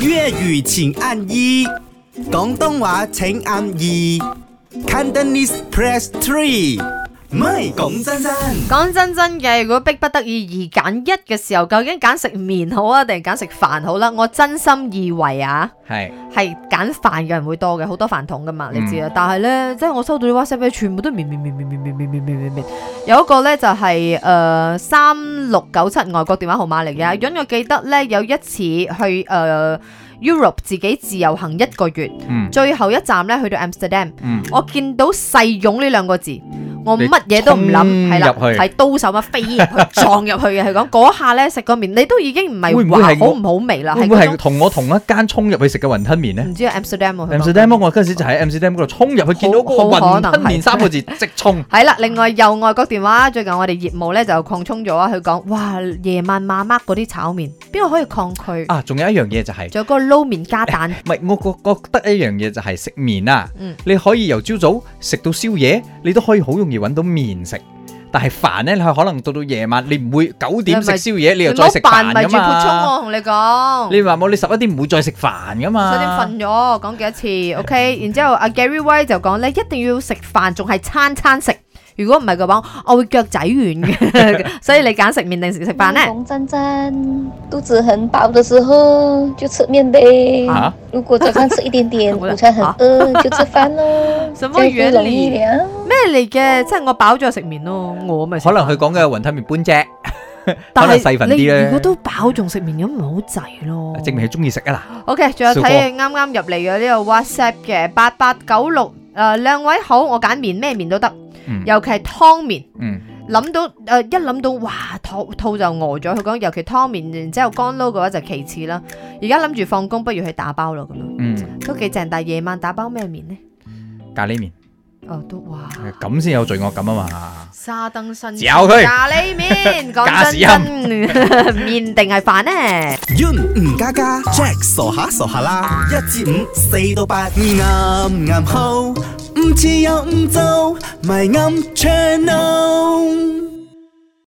粤语请按一，广东话请按二，Cantonese press three。唔係講真真，講真真嘅，如果逼不得已二揀一嘅時候，究竟揀食麵好啊，定係揀食飯好啦？我真心以為啊，係係揀飯嘅人會多嘅，好多飯桶噶嘛，你知啊。但係咧，即係我收到啲 WhatsApp 咧，全部都麵麵麵麵麵麵麵麵麵麵麵。有一個咧就係誒三六九七外國電話號碼嚟嘅，因為我記得咧有一次去誒、呃 Europe 自己自由行一個月，嗯最後一站咧去到 Amsterdam。嗯我見到細勇呢兩個字，我你乜嘢都唔諗，衝係啦，入去係刀手啊飛入去撞入去嘅，係講嗰下咧食個面，你都已經唔係會唔會話係好我唔好味啦，會係唔會嗰係種同我同一間衝入去食嘅雲吞麵呢唔知 Amsterdam 喎佢講 Amsterdam 我嗰陣時就喺 Amsterdam 嗰度衝入去，見到嗰個好好可雲能吞麵係三個字即衝。係啦，另外有外國電話，最近我哋業務咧就擴充咗啊，佢講哇夜晚媽媽嗰啲炒面，邊個可以抗拒？啊，仲有一樣嘢就係、仲有嗰個撈麵加 蛋，唔係，我覺覺得一樣嘢就係食麵啊，嗯你可以由朝早食到宵夜，你都可以好容易揾到麵食。但係飯呢，你可能到到夜晚，你唔會九點你咪食宵夜，你你又唔好再食扮飯咪噶住撥衝嘛。我同你講。你話冇，你十一點唔會再食飯噶嘛。十點瞓咗，講幾多次？OK，然之 後阿 Gary White 就講咧，一定要食飯，仲係餐餐食。如果唔係嘅話，我會腳仔軟 嘅。所以你揀食麵定食食飯呢？嗯红赞赞，肚子很饱的时候就吃面呗。啊如果早上吃一点 点，我的午餐很啊饿就吃饭喽， 什么这样原就容理易了。咩嚟嘅？即係我飽咗食麵咯，我咪食可能佢講嘅雲吞麵半隻，但可能係細份你啲咧如果都飽仲食麵咁唔好滯咯。證明佢中意食啊啦。 OK，仲有小睇哥啱啱入嚟嘅呢個 WhatsApp 嘅八八九六，誒兩位好，我揀麵咩麵都得，嗯尤其係湯麵。嗯，諗到誒、呃一諗到哇肚肚就餓咗，佢講尤其湯麵，然之後乾撈嘅話就其次啦。而家諗住放工，不如去打包咯咁樣，嗯，都幾正。但係夜晚打包咩麵呢？咖喱麵哦，都哇咁先有罪惡感啊嘛。沙登新嚼佢咖喱麵，講假真屎真 麵定係飯呢？ Yun 吳家家，Jack 傻下傻下啦，一至五，四到八，啱啱好，唔似又唔做，咪啱 channel。